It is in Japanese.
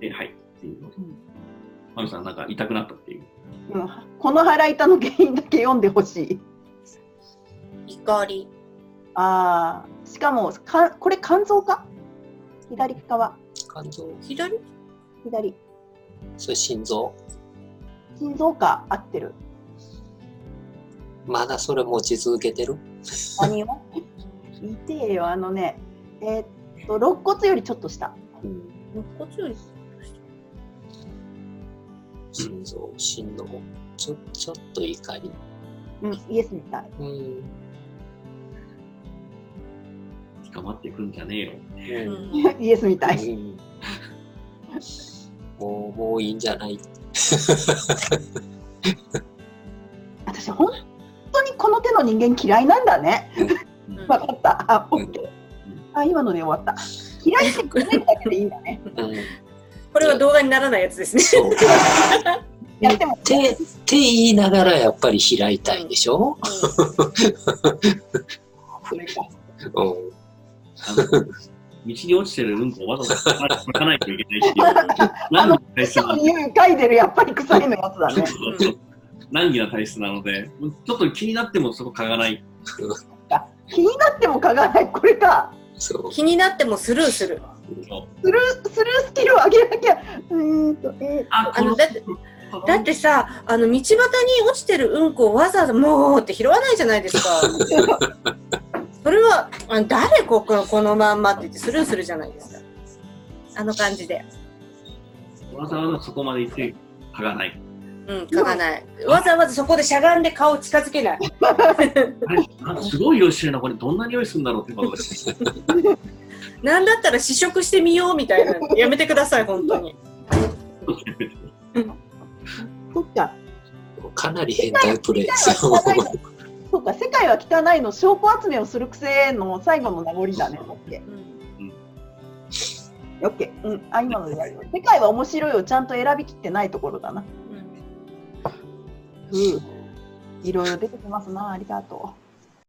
で、はいっていうのを。マミさん、なんか痛くなったっていう。うん、この腹痛の原因だけ読んでほしい。怒りああ、しかもかこれ肝臓か？左側、肝臓左左それ心臓心臓か合ってる。まだそれ持ち続けてる何を？痛えよあのね、えーっと肋骨よりちょっと下。うん肋骨より心臓心臓ちょちょっと怒りうん、イエスみたい。 うん捕まってくんじゃねえよ。うんうんイエスみたい。うんもうもういいんじゃない私本当にこの手の人間嫌いなんだね。うんわかった。あ、オッケーん。あ、今ので終わった。嫌いって言ってだけでいいんだね。うんこれは動画にならないやつ ですねそうやっても手って言いながらやっぱり開いたいんでしょ、それか。うん、あの道に落ちてるうんこをわざわざ吐かないといけないって いう。あ何のの体質人なのの匂い嗅いでるやっぱり臭いのやつだね。難儀な体質なので、ちょっと気になってもそこ嗅がない。気になっても嗅が ない。これか。そう気になってもスルーするスルースルースキルを上げなきゃ。うーんと、えあ、あのだってだってさあの道端に落ちてるうんこをわざわざ「もう」って拾わないじゃないです かーそれは「あ誰ここのこのまんま」って言ってスルーするじゃないですかあの感じでわざわざそこまで行って嗅がない。うん書かないわざわざそこでしゃがんで顔を近づけないあれなんかすごい色してるな、これどんな匂いするんだろうってことです。なんだったら試食してみようみたいなやめてください本当に そっか。かなり変態プレイ世そう界は汚いの。そうか。世界は汚いの証拠集めをする癖の最後の名残だね。オッケうんー。オッケー。うん。あ、今のでやる。世界は面白いをちゃんと選びきってないところだな。うんうん。いろいろ出てきますな。ありがと